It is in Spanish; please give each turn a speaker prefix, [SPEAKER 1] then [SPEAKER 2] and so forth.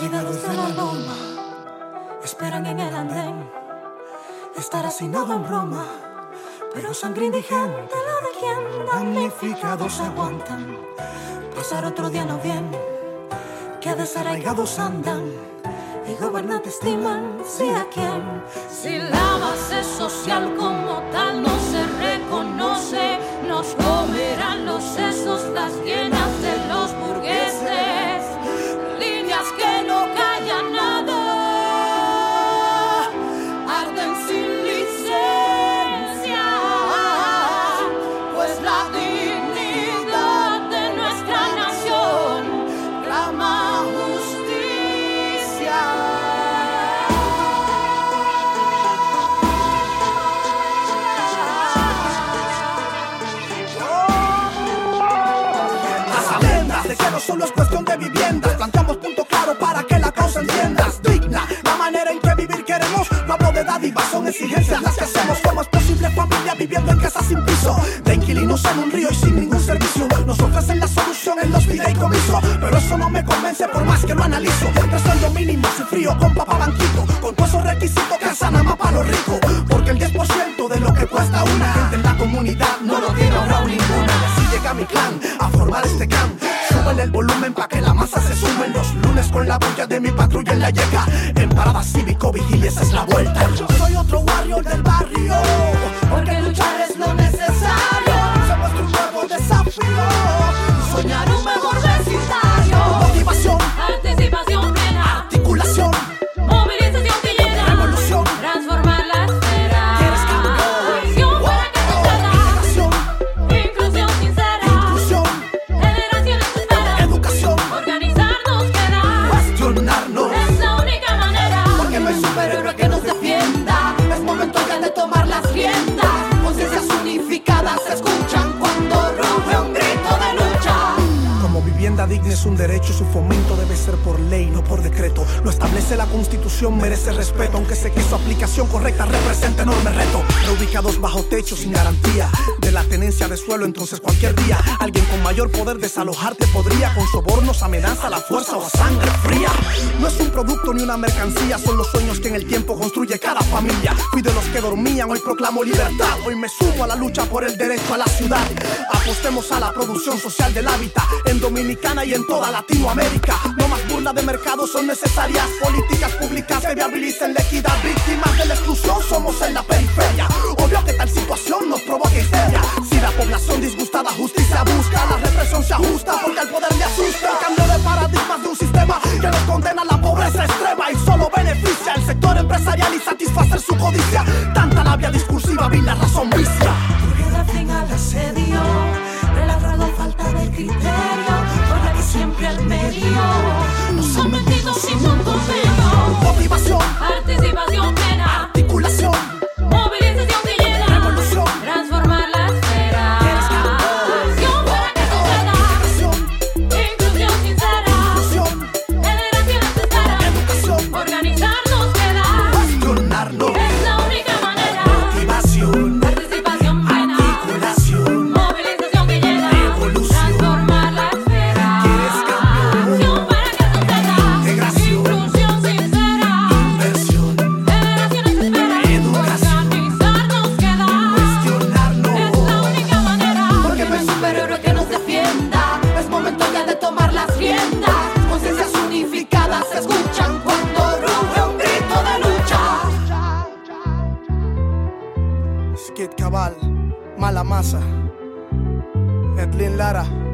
[SPEAKER 1] Liberados de la loma, esperan en el andén. Estar hacinado en broma, pero sangre indigente, la de quien damnificados aguantan. Pasar otro día no bien, que desarraigados andan. Y gobernantes estiman, si a quién.
[SPEAKER 2] Si la base social como tal no se reconoce, nos comerán los sesos las hienas de los burgueses. Líneas que no callan nada, arden sin licencia, pues la dignidad de nuestra nación clama
[SPEAKER 3] Las alendas de que no solo es cuestión de vivienda Planteamos punto claro para que la cosa entiendas Digna, la manera en que vivir queremos No hablo de dádivas, son exigencias las que hacemos ¿Cómo es posible familia viviendo en casas sin piso? De inquilinos en un río y sin ningún servicio Nos ofrecen la solución en los fideicomisos Pero eso no me convence por más que lo analizo Entre sueldo mínimo y frío con papá banquito Con todos esos requisitos que sana más para los ricos Porque el 10% de lo que cuesta una gente en la comunidad No lo tiene ahora ninguna Y así llega mi clan a formar este clan Suben el volumen pa' que la masa se sume Los lunes con la bulla de mi patrulla en la yeca En parada cívico vigilia, esa es la vuelta Yo soy otro barrio del barrio Porque luchar es lo necesario Somos un nuevo desafío Soñar un mejor vecindario Motivación,
[SPEAKER 2] Participación plena,
[SPEAKER 3] articulación,
[SPEAKER 2] movilización que llena,
[SPEAKER 3] revolución
[SPEAKER 2] transformar la esfera.
[SPEAKER 3] ¿Quieres cambio?
[SPEAKER 2] Acción para que suceda,
[SPEAKER 3] Integración,
[SPEAKER 2] inclusión sincera,
[SPEAKER 3] inclusión,
[SPEAKER 2] generaciones esperan,
[SPEAKER 3] educación
[SPEAKER 2] organizarnos queda,
[SPEAKER 3] Cuestionarnos
[SPEAKER 2] es la única manera.
[SPEAKER 3] Porque no hay superhéroe que nos defienda Es momento ya de tomar las riendas Conciencias unificadas se escuchan cuando ruge un grito de lucha Como vivienda digna es un derecho Su fomento debe ser por ley, no por decreto Lo establece la constitución, merece respeto Aunque sé que su aplicación correcta representa enorme reto Reubicados bajo techo sin garantía De la tenencia de suelo, entonces cualquier día Alguien con mayor poder desalojarte podría Con sobornos, amenaza, la fuerza o a sangre fría No es un producto ni una mercancía Son los sueños que en el tiempo construye cada familia Fui de los que dormían, hoy proclamo libertad Hoy me sumo a la lucha por el derecho a la ciudad Apostemos a la producción social del hábitat En Dominicana y en toda Latinoamérica No más burla de mercado, son necesarias Políticas públicas que viabilicen la equidad Víctimas de la exclusión somos en la periferia Obvio que tal situación nos provoca histeria Si la población disgustada justicia busca La represión se ajusta porque al poder le asusta El cambio de paradigmas de un sistema Que nos condena a la pobreza extrema Y solo beneficia al sector empresarial Y satisfacer su codicia Tanta labia discursiva, vi la razón vicia
[SPEAKER 1] Porque da fin al asedio, relajado falta de criterio, por aquí siempre al medio.
[SPEAKER 2] Nos sometidos sin un convenio,
[SPEAKER 3] Motivación,
[SPEAKER 2] participación plena,
[SPEAKER 3] articulación
[SPEAKER 2] movilización que llena,
[SPEAKER 3] Revolución.
[SPEAKER 2] transformar la esfera. Acción para que suceda,
[SPEAKER 3] Educación,
[SPEAKER 2] inclusión sincera,
[SPEAKER 3] inclusión,
[SPEAKER 2] generaciones esperan,
[SPEAKER 3] educación
[SPEAKER 2] organizarnos queda,
[SPEAKER 3] Cuestionarlo,
[SPEAKER 2] es la única manera.
[SPEAKER 3] motivación,
[SPEAKER 2] Participación plena.
[SPEAKER 3] articulación
[SPEAKER 2] Movilización que llena, transformar la esfera. Acción para que suceda, inclusión sincera.
[SPEAKER 3] Inversión,
[SPEAKER 2] Generaciones esperan, organizarnos queda. Es la
[SPEAKER 3] cuestionarlo
[SPEAKER 2] única manera.
[SPEAKER 3] Porque no hay superhéroe que nos defienda Es momento ya de tomar las riendas Conciencias unificadas se escuchan cuando ruge un grito de lucha Skid Cabal, Mala Masa Edlin Lara